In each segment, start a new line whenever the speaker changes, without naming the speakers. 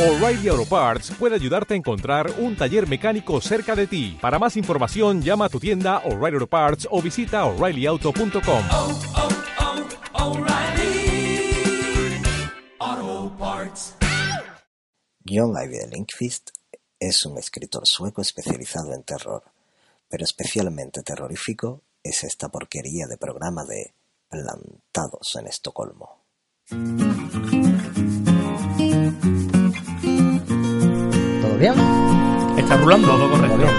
O'Reilly Auto Parts puede ayudarte a encontrar un taller mecánico cerca de ti. Para más información, llama a tu tienda O'Reilly Auto Parts o visita oreillyauto.com.
O'Reilly Auto Parts.
John Ivy Lindqvist es un escritor sueco especializado en terror, pero especialmente terrorífico es esta porquería de programa de Plantados en Estocolmo.
¿Todo bien?
Está rulando. Todo
Todo
correcto.
bien.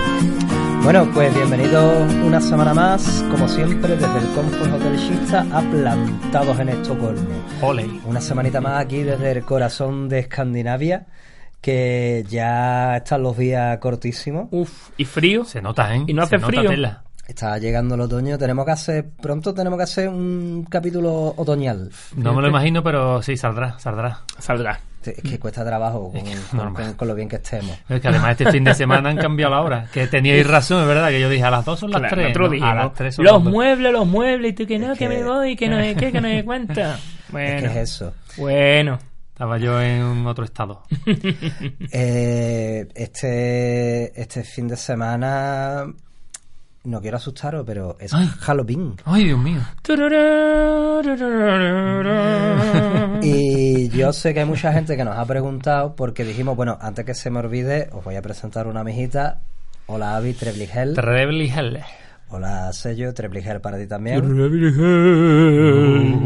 Bueno, pues bienvenidos una semana más, como siempre, desde el Comfort Hotel Shista a Plantados en Estocolmo.
Ole.
Una semanita más aquí desde el corazón de Escandinavia, que ya están los días cortísimos.
Uf.
y frío.
Se nota, ¿eh?
Y no
Se
hace
nota
frío.
tela.
Está llegando el otoño, tenemos que hacer, pronto tenemos que hacer un capítulo otoñal.
No me lo imagino, pero sí, saldrá, saldrá.
Saldrá.
Es que cuesta trabajo con,
Mm. Es que es
con-
normal.
con- con lo bien que estemos.
Es que además este fin de semana han cambiado la hora. Que teníais razón, es verdad, que yo dije a las 2 son las
Claro,
3.
nosotros dijimos,
a las 3 son
los
las dos.
muebles, los muebles, y tú que no,
Es
que,
que-
me voy, que no sé qué, que no me cuenta.
Es
Bueno,
que es eso.
bueno.
Estaba yo en otro estado.
Eh, este, este fin de semana. No quiero asustaros, pero es
Ay.
Halloween.
Ay, Dios mío.
Y yo sé que hay mucha gente que nos ha preguntado porque dijimos, bueno, antes que se me olvide, os voy a presentar una amiguita. Hola Avi Trebligel.
Terrible hell.
Hola Sello, Trebligel para ti también.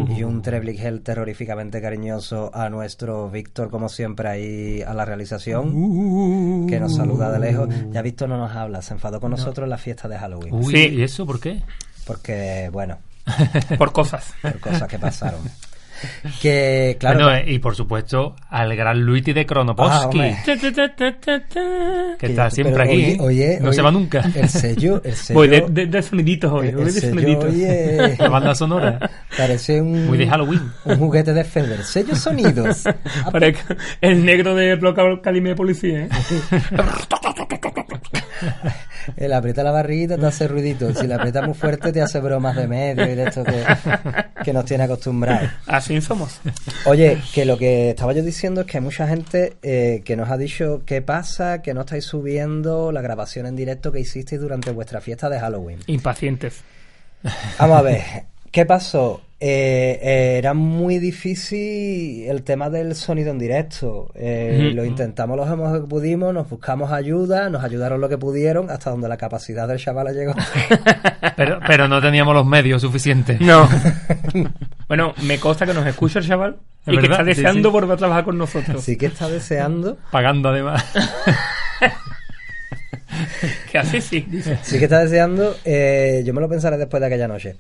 Y un Trebligel terroríficamente cariñoso a nuestro Víctor, como siempre, ahí a la realización, que nos saluda de lejos. Ya Víctor no nos habla, se enfadó con nosotros en la fiesta de Halloween.
Uy,
Sí.
¿y eso por qué?
Porque, bueno,
Por cosas.
por cosas que pasaron. Que, claro.
Bueno, eh, y por supuesto, al gran Luigi de
Ah,
Kronoposki,
hombre.
que está
pero
siempre aquí.
oye,
¿eh?
Oye,
no
oye,
se va nunca.
El sello, el sello.
Voy de, de- de soniditos hoy.
el-
voy
el
de
sello,
soniditos.
oye.
La banda sonora.
Parece un.
Muy de Halloween.
Un juguete de Fender. Sello sonidos.
Parezco el negro de Bloca Calime de Policía, ¿eh?
El aprieta la barriguita te hace ruidito. Si la aprieta muy fuerte te hace bromas de medio y de esto que, que nos tiene acostumbrados.
Así somos.
Oye, que lo que estaba yo diciendo es que hay mucha gente eh, que nos ha dicho qué pasa, que no estáis subiendo la grabación en directo que hicisteis durante vuestra fiesta de Halloween.
Impacientes.
Vamos a ver, ¿qué pasó? Eh, eh, era muy difícil el tema del sonido en directo. Eh,
Ujú.
Lo intentamos los hemos que pudimos, nos buscamos ayuda, nos ayudaron lo que pudieron, hasta donde la capacidad del chaval llegó.
Pero, pero no teníamos los medios suficientes.
No. bueno, me consta que nos escucha el chaval
Es
y que
verdad,
está
sí,
deseando
sí.
volver a trabajar con nosotros.
Así que está deseando,
Pagando además.
Que así sí. dice.
sí que está deseando, eh, yo me lo pensaré después de aquella noche.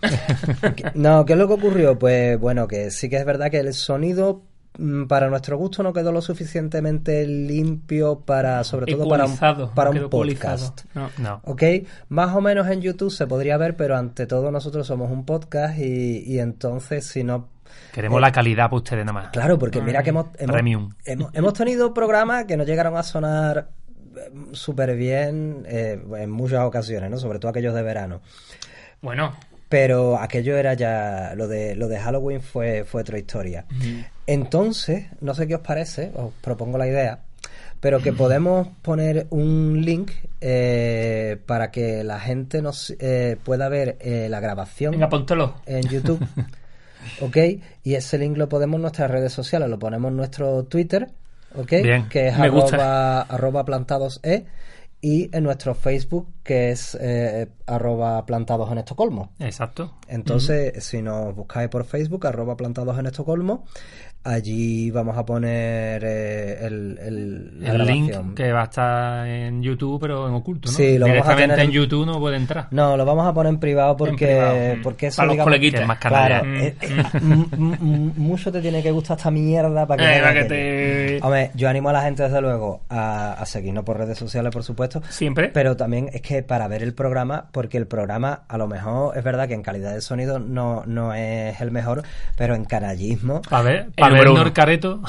Que- No, ¿qué es lo que ocurrió? Pues bueno, que sí que es verdad que el sonido mm, para nuestro gusto no quedó lo suficientemente limpio para, sobre todo para un,
Ecualizado,
para un
quedó ecualizado.
podcast.
No.
No.
¿Ok? Más o menos en YouTube se podría ver, pero ante todo nosotros somos un podcast y, y entonces si no...
Queremos la calidad para ustedes nada más.
Claro, porque mira que hemos, hemos,
Premium.
hemos, hemos tenido programas que no llegaron a sonar eh, súper bien eh, en muchas ocasiones, ¿no? Sobre todo aquellos de verano.
Bueno,
Pero aquello era ya. Lo de, lo de Halloween fue, fue otra historia. Entonces, no sé qué os parece, os propongo la idea, pero que podemos poner un link eh, para que la gente nos eh, pueda ver eh, la grabación
venga, póntelo.
en YouTube. ¿Ok? Y ese link lo ponemos en nuestras redes sociales, lo ponemos en nuestro Twitter, ¿ok?
Bien,
que es
me
arroba,
gusta.
arroba plantados e y en nuestro Facebook, que es eh, arroba plantados en Estocolmo.
Exacto.
Entonces, si nos buscáis por Facebook, arroba plantados en Estocolmo, allí vamos a poner eh, el, el, la
el
grabación.
link que va a estar en YouTube, pero en oculto, ¿no?
Sí, lo vamos a
Directamente
tener en-
en YouTube no puede entrar.
No, lo vamos a poner en privado porque,
privado, mm.
porque eso
Para los
digamos,
coleguitas. Mm.
Que es más canalla.
Claro, eh, eh, m- m- m- mucho te tiene que gustar esta mierda para que,
Eh,
no
va que
la Ah. quede.
te...
Hombre, yo animo a la gente desde luego a, a seguirnos por redes sociales, por supuesto,
Siempre.
pero también es que que para ver el programa, porque el programa a lo mejor es verdad que en calidad de sonido no, no es el mejor, pero en canallismo,
Para Mm. ver,
El
para ver
número uno.
Norcareto.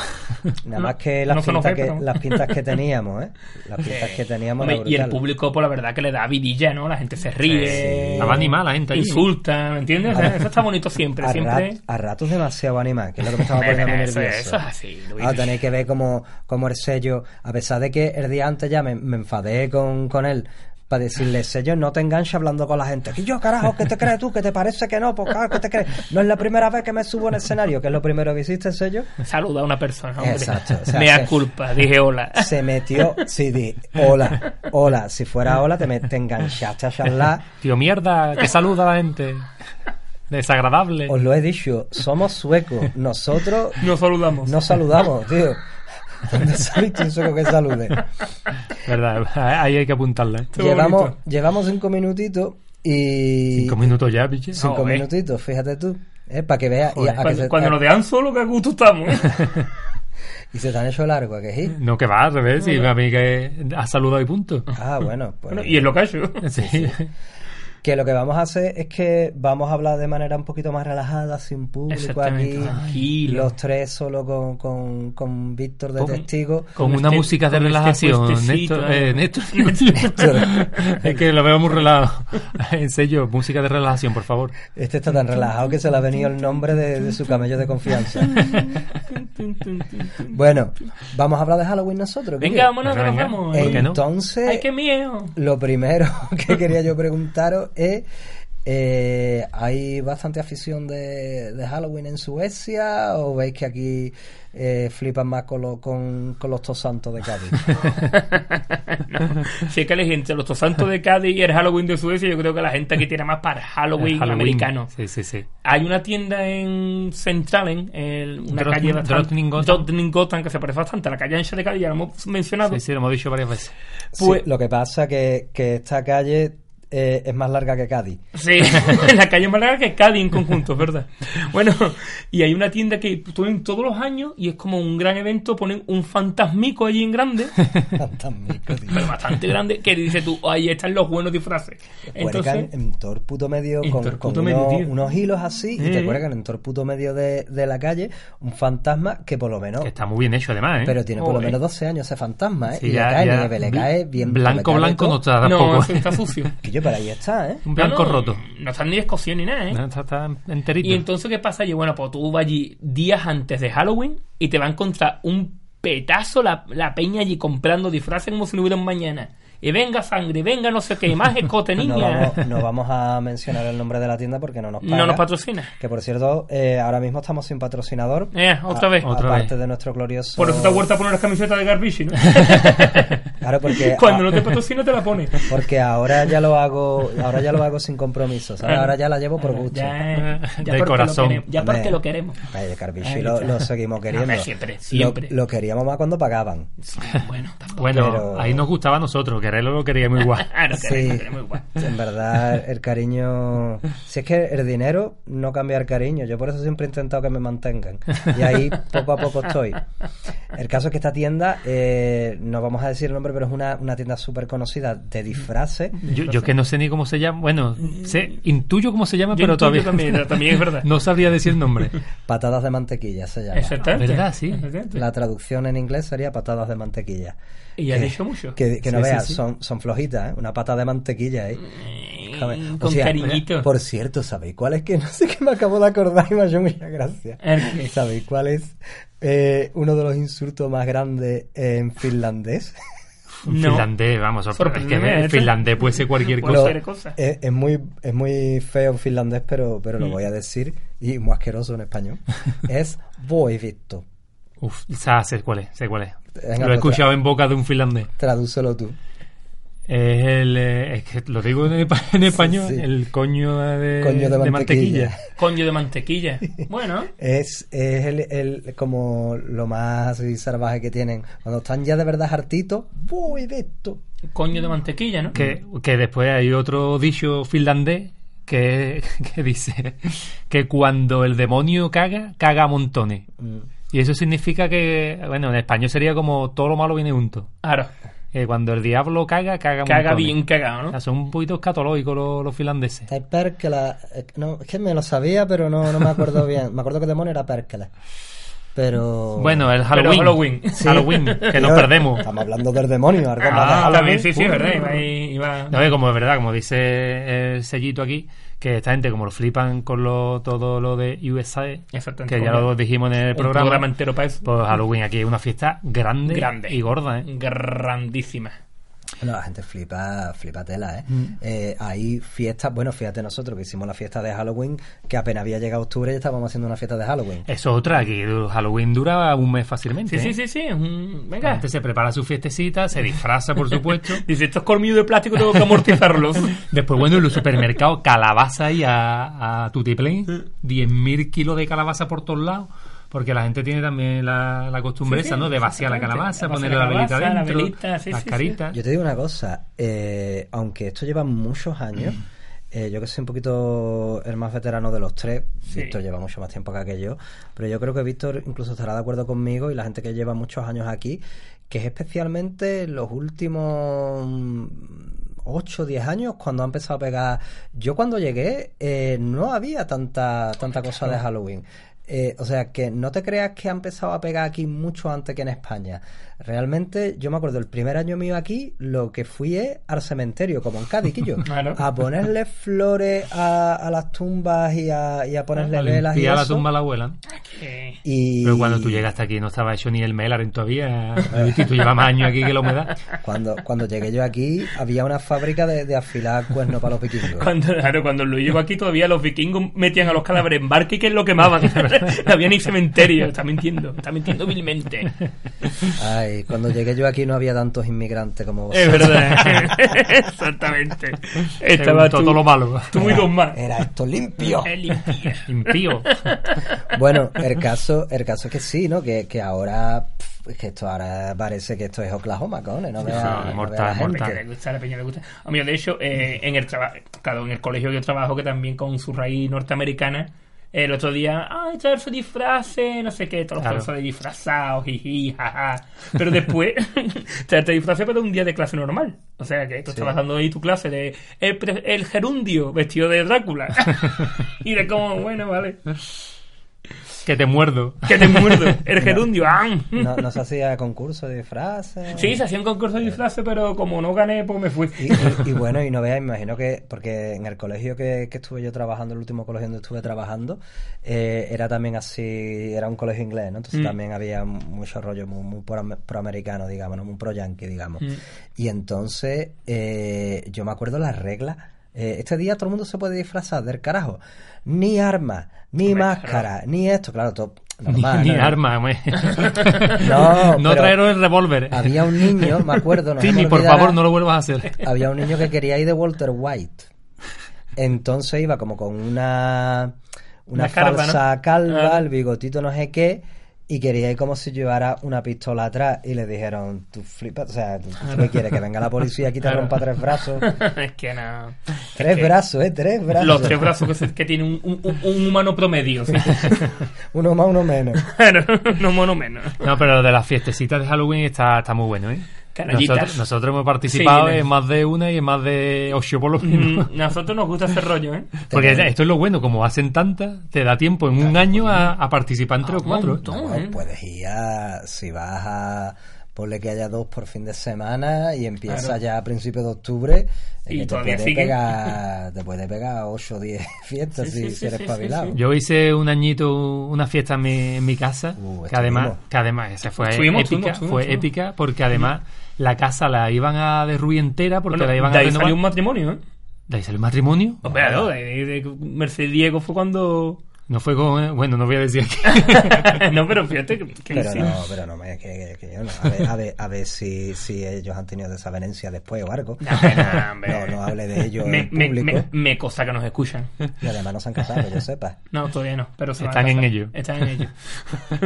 nada
No,
más que las,
no se lo
pintas
ve,
que
pero-
las pintas que teníamos, ¿eh? Las pintas que teníamos.
Hombre,
era
y el
brutal.
público, por la verdad, que le da vidilla, ¿no? La gente se ríe.
La va animada la gente allí.
Insulta, ¿me entiendes? O sea, eso está bonito siempre,
a,
siempre.
rat- a ratos demasiado animal, que es lo que me estaba
Hombre,
poniendo muy
eso-
nervioso.
eso es así, Luis.
Ahora tenéis que ver cómo, cómo el sello, a pesar de que el día antes ya me, me enfadé con, con él para decirle, sello, no te engancha hablando con la gente. Que yo, carajo, ¿qué te crees tú? ¿Que te parece que no? Pues, claro, ¿qué te crees? No es la primera vez que me subo en el escenario, que es lo primero que hiciste, sello.
Saluda a una persona, hombre.
Exacto, o sea,
Mea
se-
culpa, dije hola.
Se metió, sí, di, hola, hola. Si fuera hola, te, me- te enganchaste a charlar.
Tío, mierda, que saluda a la gente. Desagradable.
Os lo he dicho, somos suecos. Nosotros
Nos saludamos.
No saludamos, tío. ¿Dónde saliste un sueco que salude?
Verdad, ahí hay que apuntarla. ¿eh?
Estuvo
Llevamos,
bonito.
llevamos cinco minutitos y.
Cinco minutos ya, piche.
cinco
Joder.
minutitos, fíjate tú. para que veas. Y, a- a que
eh. Cuando,
se,
cuando
a-
nos dejan solo, que a gusto estamos. ¿eh?
y se te han hecho largo, ¿a que sí?
No, que va, al revés. Y a mí que ha saludado y punto.
Ah, bueno, pues.
Bueno, y es lo que ha hecho.
Sí.
Que lo que vamos a hacer es que vamos a hablar de manera un poquito más relajada, sin público aquí.
Exactamente, tranquilo.
Los tres solo con, con, con Víctor de
Con-
testigo.
Con
Con
una
este-
música de
con este
relajación,
puestecito,
Néstor.
¿no?
eh, Néstor. es que lo veo muy relajado. En serio, música de relajación, por favor.
Este está tan relajado que se le ha venido el nombre de, de su camello de confianza. Bueno, vamos a hablar de Halloween nosotros. ¿qué
Venga,
quieres?
vámonos, que
Venga,
nos
venga.
vamos. ¿eh?
¿por qué no?
Entonces,
Ay, qué miedo.
lo primero que quería yo preguntaros es, eh, ¿hay bastante afición de, de Halloween en Suecia o veis que aquí eh, flipan más con, lo- con, con los tosantos de Cádiz?
no. Si es que la gente, los tosantos de Cádiz y el Halloween de Suecia, yo creo que la gente aquí tiene más para Halloween, americano.
Sí, sí, sí.
Hay una tienda en Centralen, en una
Drottning-
calle bastante.
Drottninggatan.
Drottninggatan, que se parece bastante a la calle ancha de Cádiz, ya lo hemos mencionado.
Sí, sí, lo hemos dicho varias veces.
Pues-
Sí, lo que pasa que, que esta calle eh, es más larga que Cádiz.
Sí, la calle más larga que Cádiz en conjunto, es verdad. Bueno, y hay una tienda que ponen todos los años y es como un gran evento, ponen un fantasmico allí en grande,
Fantasmico, tío.
pero bastante grande, que dice tú, ahí están los buenos disfraces.
cuelgan
Entonces,
en todo el puto medio
En
con,
todo el
con
puto
unos,
medio, tío.
unos hilos así y te
Eh.
cuelgan en todo el puto medio de, de la calle un fantasma que por lo menos
Que está muy bien hecho, además, ¿eh?
pero tiene por lo
Joder.
menos 12 años ese fantasma ¿eh?
Sí,
y
ya-
le cae
ya-
nieve le
bl-
cae bien
Blanco, blanco no está
no,
tampoco. ¿eh?
eso está sucio.
que yo para ahí está ¿eh?
Un blanco
No, no,
roto.
No están ni escocidos ni nada, ¿eh?
No, está, está enterito.
Y entonces, ¿qué pasa? Y bueno, pues tú vas allí días antes de Halloween y te va a encontrar un petazo la, la peña allí comprando disfraces como si no hubiera un mañana. Y venga sangre, venga no sé qué, más escote,
Pues no
niña.
vamos, no vamos a mencionar el nombre de la tienda porque no nos paga
No nos patrocina.
que por cierto eh, ahora mismo estamos sin patrocinador
Eh, otra vez.
otra
aparte
vez.
de nuestro glorioso
Por eso te has vuelto a poner las camisetas de Garbici, ¿no?
Claro, porque-
Cuando no te patrocina te la pones.
porque ahora ya lo hago ahora ya lo hago sin compromiso ¿sabes? ahora ya la llevo por gusto
Ya, ya
De
porque lo
corazón.
queremos, ya
Hombre,
porque lo queremos.
Ay, de Carpichi
Ay,
lo,
ya.
lo seguimos queriendo.
Hombre, siempre,
Lo-
siempre.
Lo, queríamos más cuando pagaban.
Sí, bueno, tampoco.
Bueno,
pero-
ahí nos gustaba a nosotros, quererlo lo queríamos igual.
Ah, no,
Sí.
queremos, queremos igual.
En verdad, el cariño. Si es que el dinero no cambia el cariño. Yo por eso siempre he intentado que me mantengan. Y ahí poco a poco estoy. El caso es que esta tienda, eh, no vamos a decir el nombre, pero es una, una tienda súper conocida de disfraces.
Yo, yo que no sé ni cómo se llama. Bueno, sé, intuyo cómo se llama,
Yo
pero
intuyo
todavía
también, también es verdad.
no sabría decir el nombre.
Patadas de mantequilla se llama.
Exactamente.
¿Verdad? Sí.
Exactamente.
La traducción en inglés sería patadas de mantequilla.
Y
Eh,
ha dicho mucho.
Que, que no
Sí, sí,
veas,
sí.
son, son flojitas, ¿eh? Una pata de mantequilla ahí.
Eh,
Joder, o
Con
sea,
cariñito.
Por cierto, ¿sabéis cuál es? Que no sé qué me acabo de acordar y me ha hecho mucha gracia.
¿El qué?
¿Sabéis cuál es eh, uno de los insultos más grandes en finlandés?
Un
No.
Finlandés, vamos, es que
Sorpréndeme,
el
este.
finlandés puede ser cualquier
Puede
cosa.
ser cosa. Mm.
Es, es muy, es muy feo en finlandés, pero, pero lo voy a decir, y muy asqueroso en español. es voivitto.
Uf, sa- sé cuál es, sé cuál es.
Venga,
lo he
pues,
escuchado en boca de un finlandés.
Tradúcelo tú.
Es el. eh, es que lo digo en, espa- en español,
sí.
el coño de,
Coño de mantequilla.
Coño de mantequilla. Bueno,
Es, es el, el- como lo más así salvaje que tienen. Cuando están ya de verdad hartitos, voivitto.
coño de mantequilla, ¿no?
Que, que después hay otro dicho finlandés que, que dice que cuando el demonio caga, caga a
Mm.
montones. Y eso significa que, bueno, en español sería como todo lo malo viene junto.
Claro.
Eh, cuando el diablo caga, caga
Caga
montones.
bien cagado, ¿no? Ah,
O sea, Son un poquito escatológicos los, los finlandeses.
Hay Pérkela. eh, No, es que me lo sabía, pero no, no me acuerdo bien. Me acuerdo que demonio era Pérkela. Pero.
Bueno, el
Pero
Halloween.
Halloween. Sí.
Halloween, que nos
Señor,
perdemos.
Estamos hablando del demonio, algo más ¿eh? de
Ah,
Halloween.
también, sí, sí, es verdad.
Uy,
Iba,
uy,
iba-
No, que como es verdad, como dice el sellito aquí, que esta gente como lo flipan con lo, todo lo de USA,
Exactamente.
que ya lo dijimos en el
Un
programa,
programa entero para eso.
pues Halloween aquí es una fiesta grande,
Grande.
y gorda, ¿eh?
Grandísima.
No, la gente flipa, flipa tela, ¿eh?
Mm.
Eh, Hay fiestas, bueno, fíjate nosotros que hicimos la fiesta de Halloween, que apenas había llegado octubre y estábamos haciendo una fiesta de Halloween.
Eh.
Eso es otra, que Halloween dura un mes fácilmente.
Sí, sí,
¿eh?
sí, sí. es un-
La
Venga.
gente se prepara su fiestecita, se disfraza, por supuesto.
Dice, estos colmillos de plástico tengo que amortizarlos.
Después, bueno, en los supermercados, calabaza ahí a, a tutiplén. 10.000 kilos de calabaza por todos lados. Porque la gente tiene también la, la costumbre
Sí,
esa,
sí,
¿no? De vaciar la
exactamente.
calabaza,
Vaciar
ponerle
la
la velita
calabaza, la
dentro,
velita, sí,
las
sí, sí.
caritas.
Yo te digo una cosa, eh, aunque esto lleva muchos años,
Mm.
eh, yo que soy un poquito el más veterano de los tres,
Sí.
Víctor lleva mucho más tiempo acá que yo, pero yo creo que Víctor incluso estará de acuerdo conmigo y la gente que lleva muchos años aquí, que es especialmente los últimos 8 o 10 años cuando ha empezado a pegar... Yo cuando llegué eh, no había tanta, tanta cosa de Halloween. Eh, o sea, que no te creas que ha empezado a pegar aquí mucho antes que en España. Realmente, yo me acuerdo, el primer año mío aquí, lo que fui es al cementerio, como en Cádiz, Quillo,
Claro.
a ponerle flores a, a las tumbas y a, y a ponerle
A
velas y
limpiar la
eso.
tumba a la abuela. ¿no?
Eh,
Y Eh.
Pero cuando tú llegaste aquí no estaba hecho ni el Melarin todavía. Y tú llevas más años aquí que la humedad.
Cuando, cuando llegué yo aquí, había una fábrica de, de afilar cuernos para los vikingos.
Cuando, claro, cuando lo llevo aquí todavía los vikingos metían a los cadáveres en barco y que lo quemaban. no había ni cementerio. Está mintiendo, está mintiendo vilmente.
Ay, cuando llegué yo aquí no había tantos inmigrantes como
Es
vosotros.
verdad. Exactamente. Estaba
todo
tú-
lo malo.
Tú y dos más.
Era esto limpio.
Es limpia.
Impío.
Bueno, el caso, el caso es que sí, ¿no? Que, que ahora, pf, que esto ahora parece que esto es Oklahoma, cojones, no vea,
Sí,
no
mortal,
vea la gente.
mortal.
Peña le gusta, la peña le gusta. A mí, de hecho, eh, en el trabajo, claro, en el colegio que yo trabajo, que también con su raíz norteamericana, el otro día, ay, traer su disfraz, eh, no sé qué, todos
Claro.
los profesores disfrazados, jiji, jaja. Pero después, traerte disfrazé para un día de clase normal. O sea, que tú estabas dando ahí tu clase de el, pre- el gerundio vestido de Drácula. y de como, bueno, vale,
Que te muerdo.
que te muerdo, el gerundio, ¡ah!
No, no se hacía concurso de disfraces.
Sí, se hacía un concurso de disfraces, pero como no gané, pues me fui.
Y, y- y bueno, y no veas, me imagino que, porque en el colegio que, que estuve yo trabajando, el último colegio donde estuve trabajando, eh, era también así, era un colegio inglés, ¿no? Entonces
Mm.
también había mucho rollo muy, muy pro- proamericano, digamos, ¿no? Muy pro-yankee, digamos.
Mm.
Y entonces eh, yo me acuerdo las reglas. Eh, este día todo el mundo se puede disfrazar del carajo. Ni armas, ni máscara, ni esto, claro, todo
Ni,
normal.
ni
¿no?
arma, güey.
No,
no
pero
traeros el revólver.
Había un niño, me acuerdo. nos
Timmy,
hemos
por
olvidado-
favor, no lo vuelvas a hacer.
había un niño que quería ir de Walter White. Entonces iba como con una, una,
Una calva,
falsa
¿no?
calva,
Ah.
el bigotito no sé qué, y quería ir como si llevara una pistola atrás. Y le dijeron, tú flipas, o sea, ¿tú qué quieres? Que venga la policía aquí y te
Claro.
rompa tres brazos.
es que no.
Tres
que-
brazos, ¿eh? Tres brazos.
Los tres brazos que, se- que tiene un, un- un- un humano promedio. ¿sí?
Uno más, uno menos.
Claro, no mono menos.
No, pero lo de las fiestecitas de Halloween está, está muy bueno, ¿eh?
Canallitas.
Nosotros, nosotros hemos participado
Sí,
en
no.
más de una y en más de ocho por lo menos.
Mm, Nosotros nos gusta ese rollo, ¿eh?
Porque esto es lo bueno, como hacen tantas, te da tiempo en un año a, a participar entre
Ah,
o cuatro. ¿eh?
montón.
No, puedes ir a, si vas a, ponle que haya dos por fin de semana y empieza
Claro.
ya a principios de octubre, es
Y
que te
todavía
puede,
sigue.
pegar, te puede pegar 8 o 10 fiestas
Sí,
si,
sí,
si
sí,
eres
sí, sí,
espabilado.
sí.
Yo hice un añito, una fiesta en mi, en mi casa,
Uh,
que además,
estuvimos.
que además esa fue épica,
Estuvimos, estuvimos, estuvimos,
fue
estuvimos.
épica, porque además la casa la iban a derruir entera porque
Bueno,
la iban
de
a
ahí
renovar.
salió un matrimonio, ¿eh?
¿De ahí salió un matrimonio?
Hombre, claro, de, de- de- Mercedes Diego fue cuando.
No fue con... Bueno, no voy a decir aquí.
no, pero fíjate que. que
Pero
sí.
no, pero no, me- que, que- que yo no. A ver, a ver, a ver si, si ellos han tenido desavenencia después o algo.
No, no, hombre.
No, no hable de ello
Me,
en
me,
público.
me- me consta que nos escuchan.
Y además no se han casado, que yo sepa.
No, todavía no, pero se van a
Están en
casar.
ello.
Están en ello.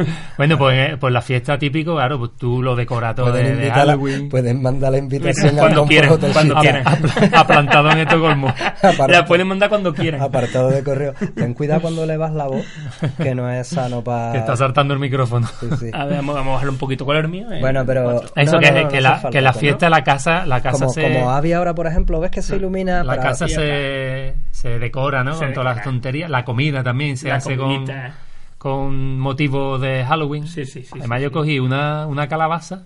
Bueno, pues, eh, pues la fiesta típico, claro, pues tú lo decoras todo de,
Pueden,
de
invitar a-
Halloween.
pueden mandar la invitación
Cuando
al
quieran,
Compo
cuando
Hotel
quieran.
Chica.
Aplantado en Estocolmo.
Aparte-
La pueden mandar cuando quieran.
Ah, Apartado de correo. Ten cuidado cuando le vas más la voz, que no es sano para...
Te está saltando el micrófono.
Ah. Sí, sí.
A ver, vamos, vamos a bajar un poquito color mío. eh.
Bueno, pero...
Eso
no,
que,
no, no, no
que
hace
la,
falta,
que la
¿no?
fiesta, la casa, la casa
Como,
se...
como Abby ahora, por ejemplo, ves que se ilumina...
la
para-
casa se, se decora, ¿no?
Se
con todas las
decora.
tonterías. La comida también se
La
hace con,
comidita.
con motivo de Halloween.
Sí, sí, sí,
Además,
sí,
yo
sí.
cogí una, una calabaza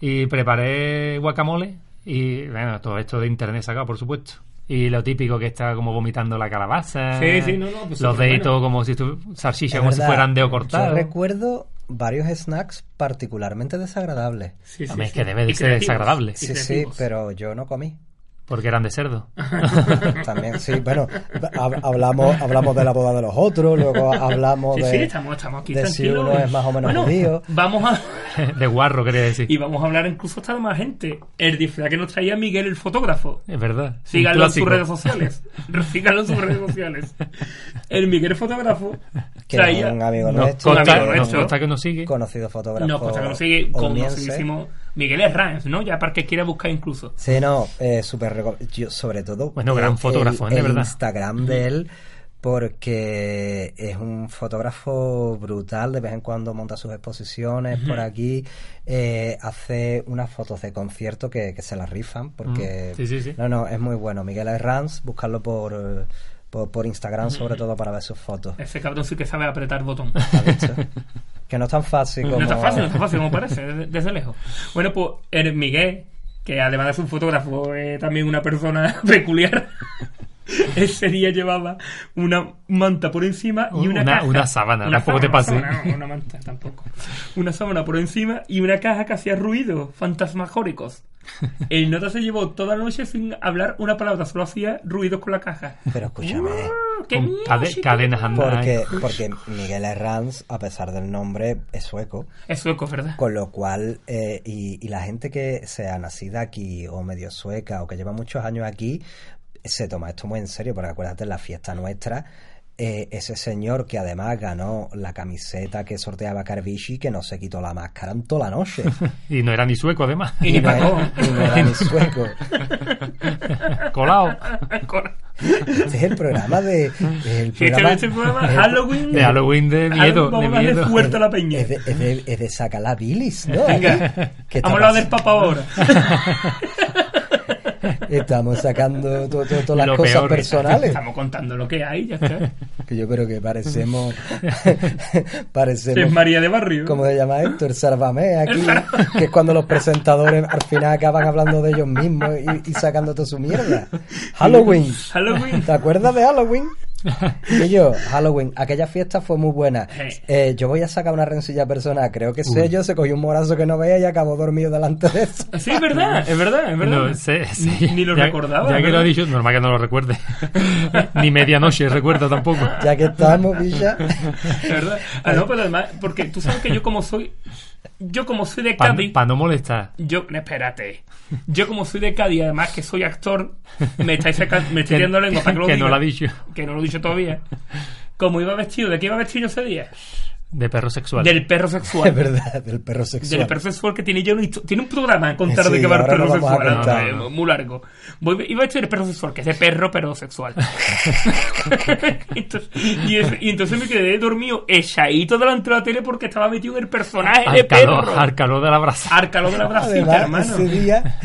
y preparé guacamole. Y bueno, todo esto de internet sacado, por supuesto. Y lo típico que está como vomitando la calabaza.
Sí, sí, no, no, pues
los
súper
deditos
bueno.
como si estu-
Es
salchicha, como si
verdad,
fueran de o
Yo
cortado.
recuerdo varios snacks particularmente desagradables.
Sí, sí,
Hombre, es
sí.
que debe de
Y
ser
creativos.
desagradable.
Y
Sí, sí,
creativos.
pero yo no comí.
Porque eran de cerdo.
También, sí, bueno, hab- hablamos, hablamos de la boda de los otros, luego hablamos
Sí,
de...
sí, estamos, estamos aquí
de si
tranquilos.
uno es más o menos
Bueno,
judío.
Vamos a...
de guarro, quería decir.
Y vamos a hablar incluso hasta de más gente. El disfraz que nos traía Miguel el fotógrafo.
Es verdad. un
Síganlo en sus
clásico.
redes sociales. Síganlo en sus redes sociales. El Miguel el fotógrafo
Que
traía...
es un amigo
Nos
nuestro,
consta-
amigo
nos
nuestro.
consta que nos sigue.
conocido fotógrafo.
No, pues que lo sigue
uniense.
conocidísimo Miguel Herranz, ¿no? Ya para que quiera buscar incluso.
Sí, no, eh, súper reco- yo, sobre todo.
Bueno, gran
el-
fotógrafo,
el,
¿eh? de verdad.
Instagram de él, porque es un fotógrafo brutal. De vez en cuando monta sus exposiciones por aquí. eh, hace unas fotos de concierto que, que se las rifan, porque.
Mm, sí, sí, sí.
No, no, es muy bueno. Miguel Herranz, buscarlo por, eh, por, por Instagram, sobre todo para ver sus fotos.
Ese cabrón sí que sabe apretar botón.
¿ha dicho? que no es tan fácil como.
No está fácil, no está fácil como parece, desde, desde lejos. Bueno, pues el Miguel, que además es un fotógrafo, es también una persona peculiar. Ese día llevaba una manta por encima y una,
Una-
caja.
una sábana, tampoco te pases.
una sábana, no, una manta tampoco. Una sábana por encima y una caja que hacía ruidos fantasmagóricos. El nota se llevó toda la noche sin hablar una palabra, solo hacía ruidos con la caja.
Pero escúchame.
Uh.
¡Qué
Con cade-
música!
cadenas andando.
Porque, porque Miguel Herranz, a pesar del nombre, es sueco.
Es sueco, ¿verdad?
Con lo cual, eh, y, y la gente que sea nacida aquí o medio sueca o que lleva muchos años aquí, se toma esto muy en serio, porque acuérdate, en la fiesta nuestra, eh, ese señor que además ganó la camiseta que sorteaba Carvici, que no se quitó la máscara en toda la noche.
Y no era ni sueco, además.
Y ni
no
pagó.
era- y no era ni sueco.
Colado.
Este es el programa de... El
Sí, este,
programa,
este programa Halloween
De Halloween de miedo.
Vamos
De
a darle
miedo.
fuerte a la peña.
Es de, es de- es de sacar la bilis, ¿no?
Venga,
¿Qué está
vamos a hablar del
pasando?
Papa ahora.
Estamos sacando to- to- todas
Lo
las cosas
peor.
personales.
Estamos contando lo que hay, ya está.
Que yo creo que parecemos.
Es
parecemos.
María de Barrio.
¿Cómo se llama esto? El Sálvame aquí.
El Sálvame.
Que es cuando los presentadores al final acaban hablando de ellos mismos y, y sacando toda su mierda. Halloween.
Halloween.
¿Te acuerdas de Halloween? Y yo, Halloween, aquella fiesta fue muy buena.
Sí.
Eh, yo voy a sacar una rencilla personal. Creo que sé yo, se cogió un morazo que no veía y acabó dormido delante de eso.
Sí, es verdad, es verdad, es verdad.
No, sé-
Ni-
sé-
Ni lo
ya-
recordaba.
Ya que lo
¿verdad?
ha dicho, normal que no lo recuerde. ni medianoche recuerda tampoco.
Ya que estamos, Villa.
Es verdad. Ah, no, pero además, porque tú sabes que yo como soy. Yo como soy de
Para
Cádiz.
no molestar.
Yo, espérate. Yo como soy de Cádiz, además que soy actor, me estáis saca- me
Que-
estoy tirando la lengua para que lo
que no
diga.
lo ha dicho.
Que no lo he dicho todavía. Como iba vestido, ¿de qué iba vestido ese día?
De perro sexual.
Del perro
Es
sexual.
verdad, del perro sexual.
Del perro sexual que tiene yo una histo- tiene un programa en contar de
Sí,
qué va el
ahora
perro
lo vamos a
sexual,
contar.
eh, muy largo. Voy- iba a decir el perro sexual, que es de perro pero sexual. Entonces- y, es- y entonces me quedé dormido echadito delante de la tele porque estaba metido en el personaje de
al, calor,
perro. Ah,
al calor de la brasa.
Al calor de la bracita,
Además,
hermano.
ese día.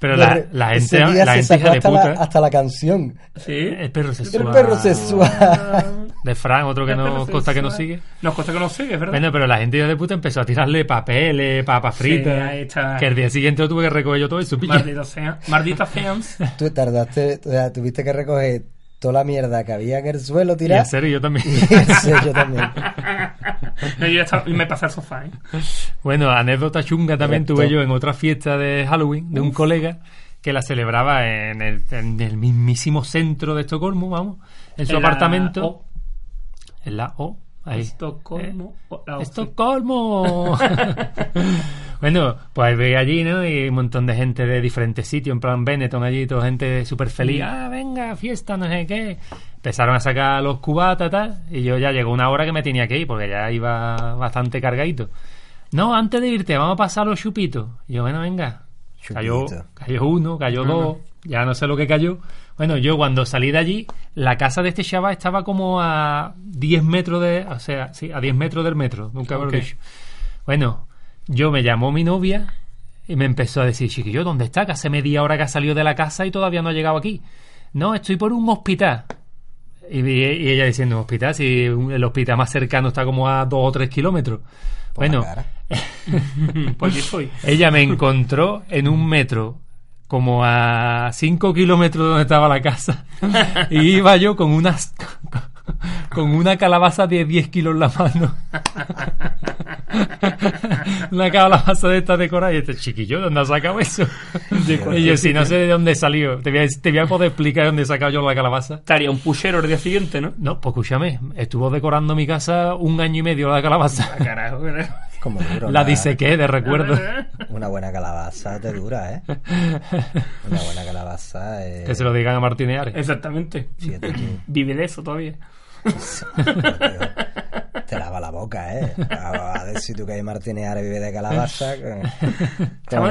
Pero la,
re-
la
ese
gente,
día
la
se
gente
sacó
hija de
hasta
puta.
La, hasta la canción.
Sí.
El perro sexual.
El perro sexual.
De Frank, otro que
El perro
nos consta que nos
sexual.
sigue.
Nos consta que nos sigue, es ¿verdad?
Bueno, pero la gente hija de puta empezó a tirarle papeles, papas fritas.
ahí está.
que el día siguiente lo tuve que recoger yo todo eso. pilla.
Maldita sea. Maldita fans.
Tú tardaste, o sea, tuviste que recoger toda la mierda que había en el suelo
Y en
tirada.
serio, yo también.
Sí, yo también.
No, yo ya estaba- me pasé al sofá, ¿eh?
Bueno, anécdota chunga también
Correcto.
tuve yo en otra fiesta de Halloween de un colega que la celebraba en el, en el mismísimo centro de Estocolmo, vamos, en su
En la
apartamento.
O.
En la O, ahí.
Estocolmo. o la
Eh,
O, sí.
Estocolmo. bueno, pues ve allí, ¿no? Y un montón de gente de diferentes sitios, en plan Benetton allí, toda gente súper feliz. Ah, venga, fiesta, no sé qué. Empezaron a sacar los cubatas, tal. Y yo ya llegó una hora que me tenía que ir, porque ya iba bastante cargadito. No, antes de irte, vamos a pasar los chupitos. Y yo, bueno, venga. Cayó,
Chupito.
cayó uno, cayó dos, ya no sé lo que cayó. Bueno, yo cuando salí de allí, la casa de este chaval estaba como a 10 metros de. O sea, sí, a 10 metros del metro, nunca mejor
Ok.
dicho. Bueno, yo me llamó mi novia y me empezó a decir, chiquillo, ¿dónde está? Que hace media hora que ha salido de la casa y todavía no ha llegado aquí. No, estoy por un hospital. Y, y ella diciendo, hospital, si un- el hospital más cercano está como a dos o tres kilómetros.
Por la
bueno,
cara.
Pues aquí estoy.
ella me encontró en un metro, como a 5 kilómetros de donde estaba la casa. Y iba yo con unas. Con una calabaza de 10 kilos en la mano. Una calabaza de esta decorada. Y este chiquillo, ¿de dónde ha sacado eso? Y yo, si no sé de dónde salió, te voy a, te voy a poder explicar de dónde he sacado yo la calabaza.
Estaría un puchero el día siguiente, ¿no?
No, pues escúchame, estuvo decorando mi casa un año y medio la calabaza.
Carajo, carajo.
Como duro,
La
una-
disequé de recuerdo.
Una buena calabaza te dura, ¿eh? Una buena calabaza. Eh,
Que se lo digan a Martineares.
Exactamente.
fíjate tú,
Vive de eso todavía.
Pues, tío, te lava la boca, ¿eh? A, a ver si tú que hay martinear vive de calabaza. con-
Estamos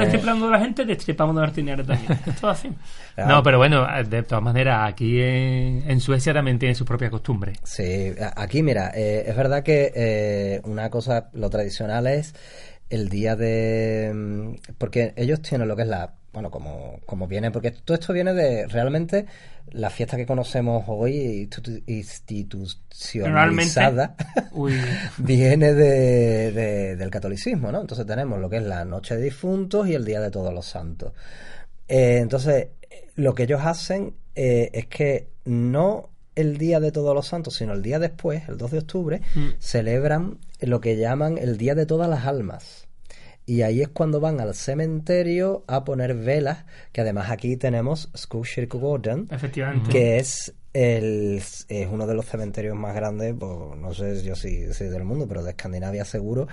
con-
destriplando a la gente, destripamos a Martínez también. Esto es así.
Ah,
No, pero bueno, de todas maneras, aquí en, en Suecia también tienen sus propias costumbres.
Sí, a- aquí mira, eh, es verdad que eh, una cosa, lo tradicional es el día de... mm, Porque ellos tienen lo que es la... Bueno, como, como viene, porque todo esto viene de realmente la fiesta que conocemos hoy institu- institucionalizada.
Uy.
viene de, de- del catolicismo, ¿no? Entonces tenemos lo que es la Noche de Difuntos y el Día de Todos los Santos. Eh, entonces, eh, lo que ellos hacen eh, es que no el Día de Todos los Santos, sino el día después, el 2 de octubre, celebran lo que llaman el Día de Todas las Almas. Y ahí es cuando van al cementerio a poner velas, que además aquí tenemos Skullkirkgården,
Efectivamente.
que es el es uno de los cementerios más grandes, pues, no sé yo si, si del mundo, pero de Escandinavia seguro,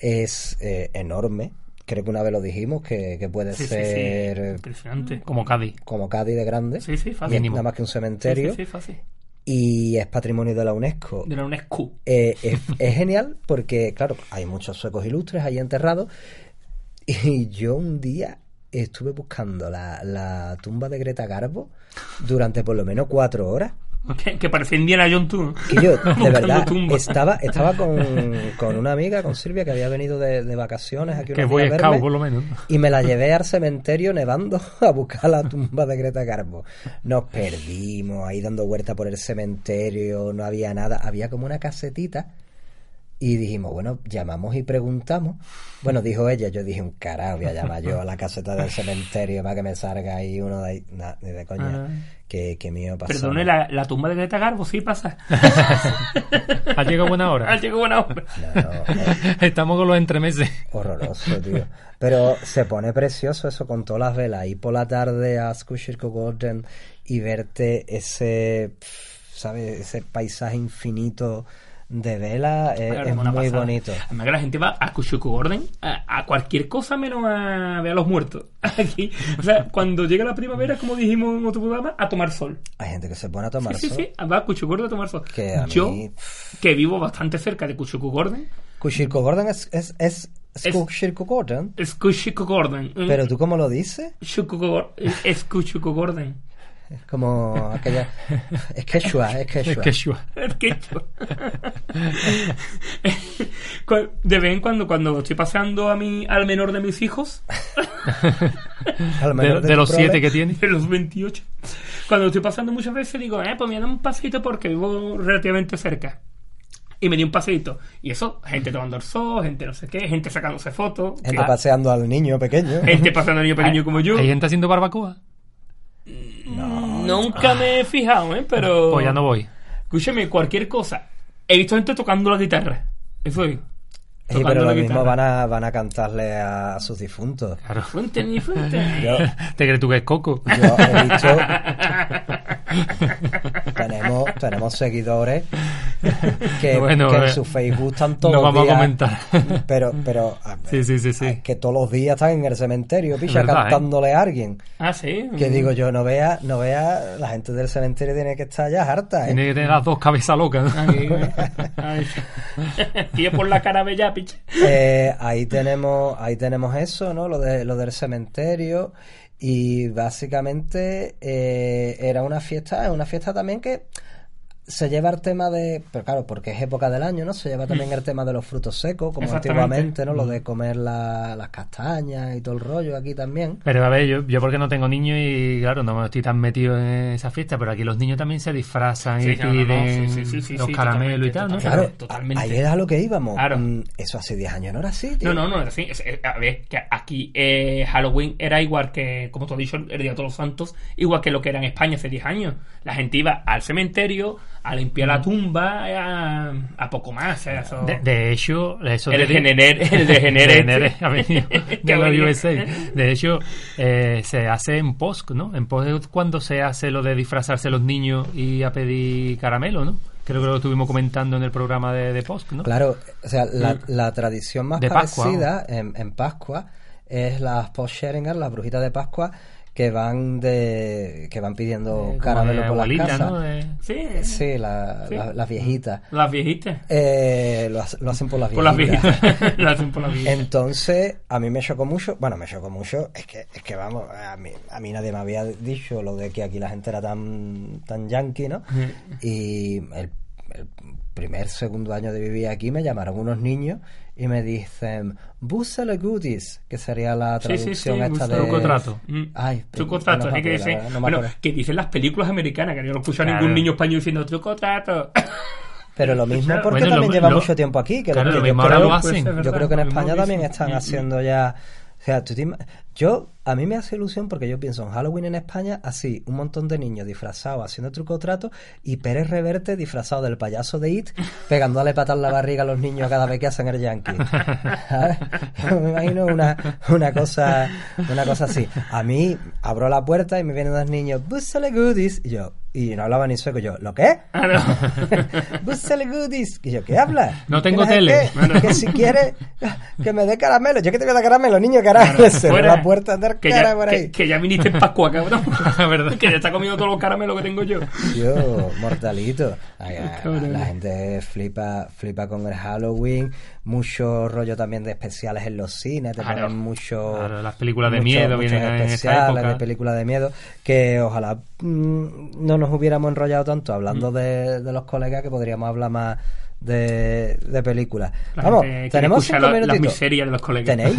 es eh, enorme. Creo que una vez lo dijimos, que, que puede
Sí, sí, sí.
ser eh,
Impresionante.
Como Cádiz.
como Cádiz de grande,
Sí, sí,
y
fácil.
es
mínimo.
nada más que un
Sí,
cementerio,
sí, sí, fácil.
y es patrimonio de la UNESCO.
De la UNESCO.
Eh, es, es genial porque, claro, hay muchos suecos ilustres ahí enterrados. Y yo un día estuve buscando la, la tumba de Greta Garbo durante por lo menos cuatro horas.
Que, que parecía Indiana Jones tú.
Que yo, de
Buscando
verdad,
tumba.
estaba, estaba con, con una amiga, con Silvia, que había venido de, de vacaciones aquí
Que
unos
voy
días a
a Scout,
verme,
por lo menos.
y me la llevé al cementerio nevando a buscar la tumba de Greta Garbo. Nos perdimos ahí dando vuelta por el cementerio, no había nada, había como una casetita. Y dijimos, bueno, llamamos y preguntamos. Bueno, dijo ella, yo dije, un carajo, voy a llamar yo a la caseta del cementerio para que me salga ahí uno de ahí. Nah, ni de coña.
Ah.
Que, que mío pasó.
Perdone, la, la tumba de Greta Garbo sí pasa.
Ha llegado buena
Ah,
hora.
llegó buena hora.
No, no, eh.
Estamos con los entremeses.
Horroroso, tío. Pero se pone precioso eso con todas las velas. Ir por la tarde a Skushirko Gordon y verte ese, pf, ¿sabes? Ese paisaje infinito de vela eh,
Claro,
es
una
muy
pasada.
bonito.
Además que la gente va a Kushuku Gordon a, a cualquier cosa menos a ver a los muertos. Aquí, o sea, cuando llega la primavera, como dijimos en otro programa, a tomar sol.
Hay gente que se pone a tomar
Sí, sí,
sol.
sí, va a Kushuku Gordon a tomar sol.
Que a
Yo,
mí-
que vivo bastante cerca de Kushuku Gordon,
Kushirko Gordon es, es, es Skushirko Gordon.
es Kushuku Gordon. Mm,
Pero tú cómo lo dices?
Kushuku Gor- Es Kushuku Gordon.
Es como aquella... Es quechua, es quechua.
Que shua.
Es que yo- Cu- de vez en cuando, cuando estoy paseando a mi, al menor de mis hijos,
A lo
De,
mejor
de
tu
los
prole-
siete que tiene.
de los 28. Cuando estoy pasando muchas veces digo, eh, pues me da un paseito porque vivo relativamente cerca. Y me di un paseito. Y eso, gente tomando el sol, gente no sé qué, gente sacándose fotos,
Gente
que-
paseando al niño pequeño.
gente pasando niño pequeño como yo.
¿Hay gente haciendo barbacoa?
Nunca me he fijado, ¿eh? Pero...
Pues ya no voy.
Escúchame, cualquier cosa. He visto gente tocando la guitarra. Eso es.
Sí,
Tocando
pero
la
lo mismo
guitarra.
van a, van a cantarle a sus difuntos.
Claro.
Fuente ni fuente.
Yo,
¿Te crees tú que es coco?
yo he dicho, tenemos, tenemos seguidores que,
Bueno,
que en
eh,
su Facebook gustan
no
todos los
vamos
días,
a comentar.
Pero, pero a ver,
Sí, sí, sí, sí.
ay, que todos los días están en el cementerio, picha,
verdad, ¿eh?
cantándole a alguien.
Ah, sí.
Que digo yo, no vea, no vea, la gente del cementerio tiene que estar ya harta, ¿eh?
Tiene que tener las dos cabezas locas. ¿no?
Ay, ay. Y es por la cara bella, piche.
Eh, ahí tenemos ahí tenemos eso no lo de lo del cementerio y básicamente eh, era una fiesta es una fiesta también que se lleva el tema de pero claro porque es época del año no se lleva también el tema de los frutos secos como
Exactamente. Mm.
antiguamente no lo de comer la- las castañas y todo el rollo aquí también
Pero a ver, yo, yo porque no tengo niños y claro, no estoy tan metido en esa fiesta, pero aquí los niños también se disfrazan y
Sí, no, no, no,
piden
sí, sí, sí, sí,
los
sí,
caramelos y tal, ¿no?
totalmente,
claro
totalmente.
ayer a lo que íbamos
Claro.
Mm, eso hace 10 años no era así tío.
No, no, no, es así. Es- es- a ver, que aquí eh, Halloween era igual que, como te he dicho, el Día de Todos los Santos, igual que lo que era en España hace 10 años. La gente iba al cementerio, a limpiar
Mm.
la tumba, eh, a, a poco más. eh, eso.
De, de hecho, eso te-
el degener, el degener,
Degener
este.
ha venido
Que
de
ha
la
venido.
USA. De hecho, eh, se hace en POSC, ¿no? En POSC es cuando se hace lo de disfrazarse los niños y a pedir caramelo, ¿no? Creo que lo estuvimos comentando en el programa de, de POSC, ¿no?
Claro, o sea, la, la tradición más
De Pascua,
parecida en, en Pascua es las Posheringas, las brujitas de Pascua, que van de que van pidiendo
Eh, Como
caramelo
de
por las
abuelita,
casas.
¿no? De-
Sí,
Sí, la-
Sí.
la- las viejitas.
las viejitas.
Eh, lo, hace- lo hacen por las
Por las
viejitas.
viejitas. Lo hacen por las viejitas.
Entonces, a mí me chocó mucho, bueno, me chocó mucho, es que, es que vamos, a mí, a mí nadie me había dicho lo de que aquí la gente era tan, tan yankee, ¿no? Y el, el primer, segundo año de vivir aquí me llamaron unos niños y me dicen, Busele Goodies, que sería la
Sí, sí, sí,
traducción esta
busele-
de...
Truco trato.
Mm.
Ay,
Truco
no
trato,
me
así que
acuerdo, la
dicen,
verdad, no me
bueno,
acuerdo.
que dicen las películas americanas, que yo no escucho a
Claro.
ningún niño español diciendo truco trato.
Pero lo mismo
Claro,
porque
bueno,
también
lo-
lleva
lo-
mucho tiempo aquí. Que
claro,
que
lo
yo
mismo ahora lo hacen.
Puede ser
Yo
verdad,
creo que en
lo mismo
España
lo
también
dicen.
están
Mm, mm.
haciendo ya... O sea, tú te ima- yo, a mí me hace ilusión porque yo pienso en Halloween en España, así, un montón de niños disfrazados haciendo truco o trato y Pérez Reverte disfrazado del payaso de It, pegándole patas en la barriga a los niños cada vez que hacen el yankee. ¿Sabes? me imagino una, una cosa una cosa así. A mí abro la puerta y me vienen dos niños, búsale goodies, y yo, y no hablaba ni sueco, yo, ¿lo qué? Bustle goodies. Y yo, ¿qué habla?
No tengo
Que
tele.
sé qué,
Bueno.
Que si quieres, que me dé caramelo. Yo que te voy a dar caramelo, niño, caramelo. Cerró
Fuera.
la puerta, andar
que
cara
ya,
por ahí. Ah,
Que, que ya viniste en Pascua, cabrón.
La verdad.
Que ya está comiendo todos los caramelos que tengo yo.
Yo, mortalito. Ay, ay, la,
Cabrón.
gente flipa, flipa con el Halloween. Mucho rollo también de especiales en los cines. Te
Claro.
ponen mucho.
Claro, las películas de
muchos-
miedo
muchos
vienen en esta
especiales
época.
de películas de miedo. Que ojalá mm, no nos hubiéramos enrollado tanto
Mm.
hablando de, de los colegas que podríamos hablar más. De, de películas.
La
Vamos,
gente quiere
tenemos
escuchar
cinco
la- las
minutitos.
miserias de los colegas.
¿Tenéis?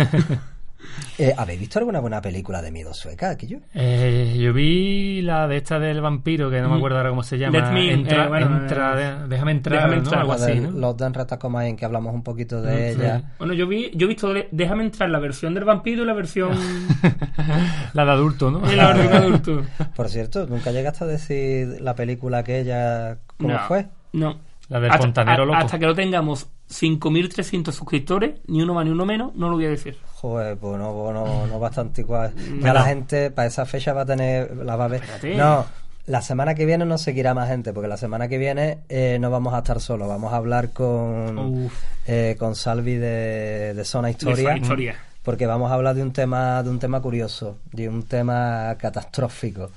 Eh, ¿Habéis visto alguna buena película de miedo sueca, aquí yo?
Eh, yo vi la de esta del vampiro, que no me acuerdo ahora cómo se llama.
Mm. Let me-
entra,
eh, bueno,
entra,
eh,
déjame entrar,
déjame
¿no?
entrar,
algo
La de
así, ¿no? Mm,
Los Dan Ratacomain, que hablamos un poquito de
sí.
ella.
Bueno, yo vi, yo he visto, de- déjame entrar, la versión del vampiro y la versión
la de adulto, ¿no?
de la versión adulto.
Por cierto, nunca llegaste a decir la película que ella. ¿Cómo
no,
fue?
No.
La del
Hasta-
fontanero
a-
loco.
Hasta que no tengamos 5.300 suscriptores, ni uno más ni uno menos, no lo voy a decir.
Joder, pues no, pues no, no bastante igual. Ya
Bueno.
la gente para esa fecha va a tener. La va a ver.
Espérate.
No, la semana que viene no seguirá más gente, porque la semana que viene eh, no vamos a estar solos. Vamos a hablar con.
Uf.
eh, con Salvi de, de Zona
De esa
Historia.
historia.
porque vamos a hablar de un tema de un tema curioso de un tema catastrófico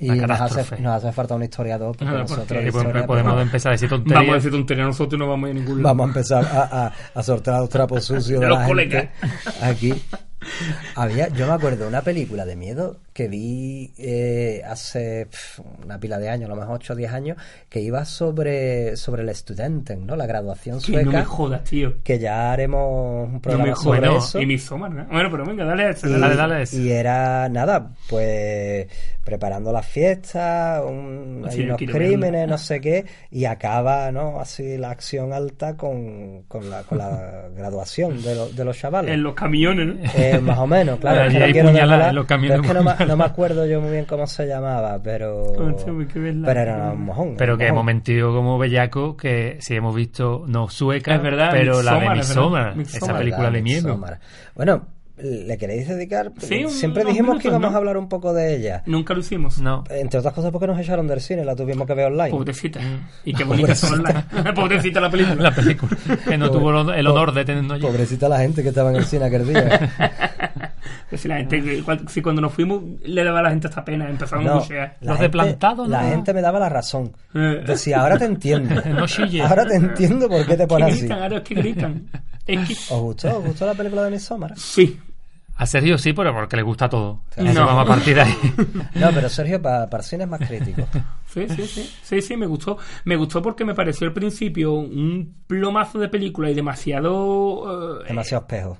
y
Una
nos hace,
catástrofe.
nos hace falta un historiador porque
Ah,
nosotros
porque-
de
Sí, pues,
historia,
podemos
pues,
empezar a decir tonterías.
Vamos a decir tontería, nosotros no vamos a ir a ningún lado.
vamos a empezar a, a- a sortear los trapos sucios de,
De los
la gente
colegas.
aquí había yo me acuerdo de una película de miedo que vi eh, hace pf, una pila de años a lo mejor 8 o 10 años que iba sobre sobre el estudiante no la graduación
Que no me
sueca
jodas, tío.
que ya haremos un
No
programa
me
sobre
bueno,
eso
Y mi somar, ¿no? Bueno, pero venga, dale,
Y,
dale, dale.
y era nada, pues preparando las fiestas, un- hay
Sí,
unos
quiero
crímenes,
verla.
no sé qué, y acaba, ¿no? Así la acción alta con, con la, con la graduación de, lo- de los chavales.
En los camiones, ¿no?
Eh, más o menos, claro. es
Allí
que no
hay
quiero
puñaladas
desvelar,
en los camiones.
pero es que no, ma- no me acuerdo yo muy bien cómo se llamaba, pero.
Conchame, qué verdad.
Pero era un mojón. era
Pero
un
que
mojón.
momentivo como bellaco, que sí hemos visto, no sueca,
Es verdad,
pero la de
Midsommar, es verdad.
Midsommar,
Midsommar.
esa película de miedo.
Midsommar. Bueno, ¿Le queréis dedicar?
Sí, un-
Siempre
unos
dijimos que
minutos,
íbamos
¿no?
a hablar un poco de ella.
Nunca lo hicimos.
No.
Entre otras cosas porque nos echaron del cine, la tuvimos que ver online.
Pobrecita. Y qué bonita son las. Pobrecita la película.
Mm. La película. Que no
Pobre-
tuvo lo- el honor de tenernos allí.
Pobrecita la gente que estaba en el cine aquel día.
Pues si la gente, que cual- si cuando nos fuimos le daba a la gente esta pena, empezaron a
No,
buchear.
la
Los de
gente-
plantado,
La
no.
gente me daba la razón.
Eh.
Decía, ahora te entiendo.
No chilles.
Ahora te entiendo por qué te
Que
pones así.
gritan, ahora es que gritan. Es que.
Oh.
¿Os gustó? ¿Os gustó la película de Midsommar?
Sí.
A Sergio sí, pero porque le gusta todo.
Claro.
Eso
No.
vamos a partir de ahí.
No, pero Sergio, para, para cine es más crítico.
Sí, sí, sí, sí, sí, me gustó. Me gustó porque me pareció al principio un plomazo de película y demasiado... eh,
Demasiado espejo.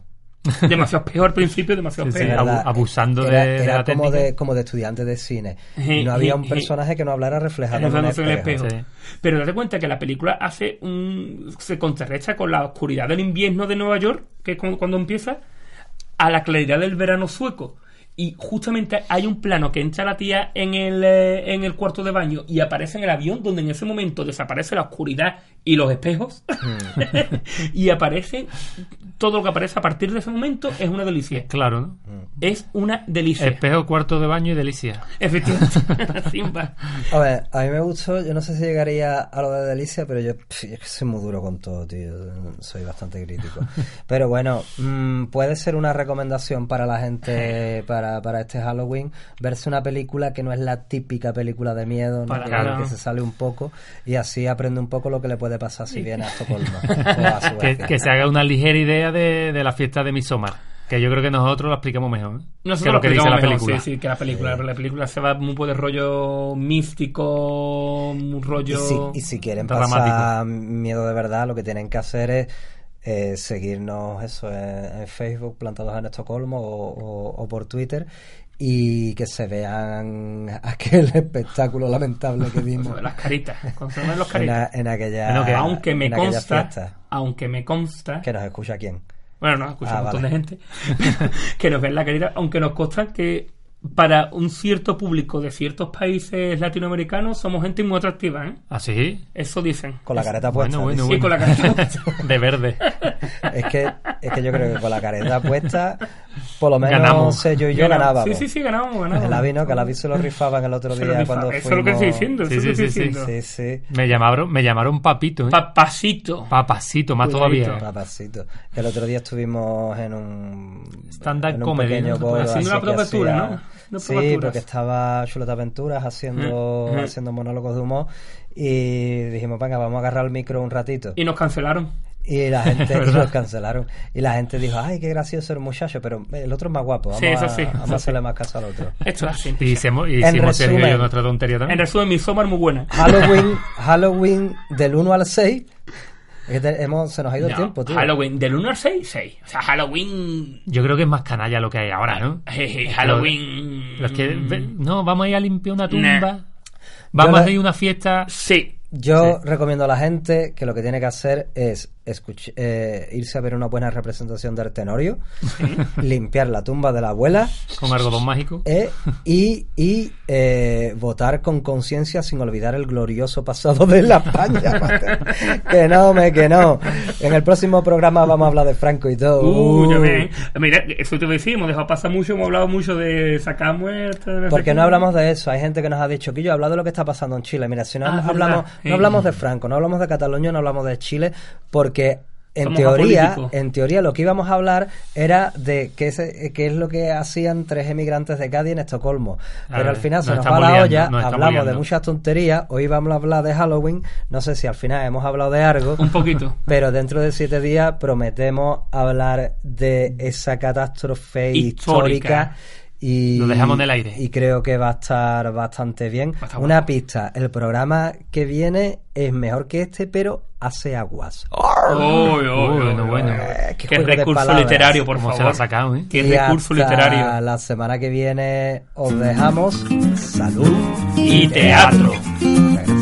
demasiado peor al principio, demasiado
Sí, sí,
peor.
abu- abusando de-
era,
de
era
la
como
técnica.
de, como de estudiante de cine.
Je,
No había
je,
un
je.
personaje que no hablara reflejado en un
Reflejándose en el
espejo.
espejo.
sí.
Pero date cuenta que la película hace un, se contrarresta con la oscuridad del invierno de Nueva York, que es cuando, cuando empieza, a la claridad del verano sueco. Y justamente hay un plano que entra la tía en el, eh, en el cuarto de baño y aparece en el avión, donde en ese momento desaparece la oscuridad y los espejos. y aparece todo lo que aparece a partir de ese momento es una delicia.
Claro, ¿no?
Mm.
Es una delicia.
Espejo, cuarto de baño y delicia.
Efectivamente. Simba.
A ver, a mí me gustó, yo no sé si llegaría a lo de Delicia, pero yo pf, es que soy muy duro con todo, tío. Soy bastante crítico. Pero bueno, mm, puede ser una recomendación para la gente para, para este Halloween, verse una película que no es la típica película de miedo, ¿no?
Para
que,
nada,
que
¿no?
se sale un poco y así aprende un poco lo que le puede pasar si viene a Estocolmo o a
Que,
Suecia.
que se haga una ligera idea de, de la fiesta de Midsommar. Que yo creo que nosotros la explicamos mejor. ¿eh? que
Nosotros
lo que dice la
explicamos mejor,
película.
Sí, sí, que la película, la película se va muy por el rollo místico, un
Y
rollo...
si, y si quieren pasar
dramático.
miedo de verdad, lo que tienen que hacer es eh, seguirnos eso en, en Facebook, Plantados en Estocolmo o, o- o por Twitter y que se vean aquel espectáculo lamentable que
O
vimos
sea, Las caritas, cuando se ven los
en,
caritas.
a- en aquella
Bueno, que
aunque me
en aquella
consta,
fiesta.
aunque me consta,
que nos escucha quién.
bueno, nos escucha
Ah,
un montón
vale.
de gente, que nos ven la carita, aunque nos consta que para un cierto público de ciertos países latinoamericanos somos gente muy atractiva, ¿eh?
¿Ah, sí?
Eso dicen.
Con la careta puesta.
Bueno, bueno,
Sí,
bueno.
con la carita.
de verde.
Es que es que yo creo que con la careta puesta, por lo menos
Ganamos.
Sello y yo
Ganamos.
ganábamos.
Sí, sí, sí, ganábamos,
El
ganábamos.
Avi no, que el Avi se lo rifaban el otro
Se lo
día
rifa-
cuando
Eso es lo que estoy
fuimos-
diciendo, eso
Sí,
es lo que
sí,
estoy
sí,
diciendo.
Sí, sí.
Me llamaron, me llamaron papito, ¿eh?
Papacito.
Papacito, más
Cuidadito.
todavía.
Papacito. El otro día estuvimos en un.
Stand-up
en un
comedy,
pequeño
¿no?
bolo,
Haciendo
así
una
que
probatura,
hacía-
¿no? Una
Sí,
probatura.
porque estaba Chuleta Aventuras haciendo,
Mm, mm.
haciendo monólogos de humor. Y dijimos, venga, vamos a agarrar el micro un ratito.
Y nos cancelaron.
Y la gente y
¿Verdad?
nos cancelaron. Y la gente dijo, ay, qué gracioso el muchacho, pero el otro es más guapo. Vamos,
Sí, eso
a,
sí,
vamos
eso
a hacerle más caso al otro.
Esto es así.
¿eh? Y hicimos, y hicimos Sergio y yo
resumen-
nuestra tontería
En
también.
resumen, mi sombra es muy buena.
Ah,
Halloween, Halloween del 1 al 6. Es que te- hemos- se nos ha ido el
No,
tiempo, tío.
Halloween del 1 al 6, 6. O sea, Halloween.
Yo creo que es más canalla lo que hay ahora, ¿no?
Jeje, Halloween.
Los que, ve- no, vamos a ir a limpiar una
Mm. Nah.
tumba.
Yo
Vamos a
la-
ir a una fiesta.
Sí.
Yo recomiendo a la gente que lo que tiene que hacer es escuch- eh, irse a ver una buena representación del Tenorio, limpiar la tumba de la abuela
con algodón mágico.
eh, y, y, eh, votar con conciencia sin olvidar el glorioso pasado de la España. mate. que no, me, que no. En el próximo programa vamos a hablar de Franco y todo.
Oh.
Uh, ya
Uh.
ves. Mira, eso te voy a decir. Hemos dejado pasar mucho, hemos hablado mucho de sacar muertas.
Porque no hablamos de eso. Hay gente que nos ha dicho que yo he hablado de lo que está pasando en Chile. Mira, si no
Ah,
hablamos,
verdad.
no hablamos
Eh.
de Franco, no hablamos de Cataluña, no hablamos de Chile, porque en
Somos
teoría,
apolíticos.
en teoría lo que íbamos a hablar era de qué es, qué es lo que hacían tres emigrantes de Cádiz en Estocolmo. Pero
Ah,
al final
nos
se nos va
estamos
la
liando,
olla,
nos estamos
hablamos de
liando.
muchas tonterías, hoy vamos a hablar de Halloween, no sé si al final hemos hablado de algo.
Un poquito.
Pero dentro de siete días prometemos hablar de esa catástrofe
Histórica.
histórica. y
Lo dejamos en el aire.
Y creo que va a estar bastante bien.
estar
Una
guapo.
pista, el programa que viene es mejor que este, pero hace aguas.
Uy, uy, uy,
Bueno,
uy.
bueno.
Eh, qué
Qué
juego de
recurso
palabras.
literario, por
Cómo se la ha
favor.
sacado, ¿eh?
Qué
Y
recurso
hasta
literario.
La semana que viene os dejamos salud
Y teatro.
Venga.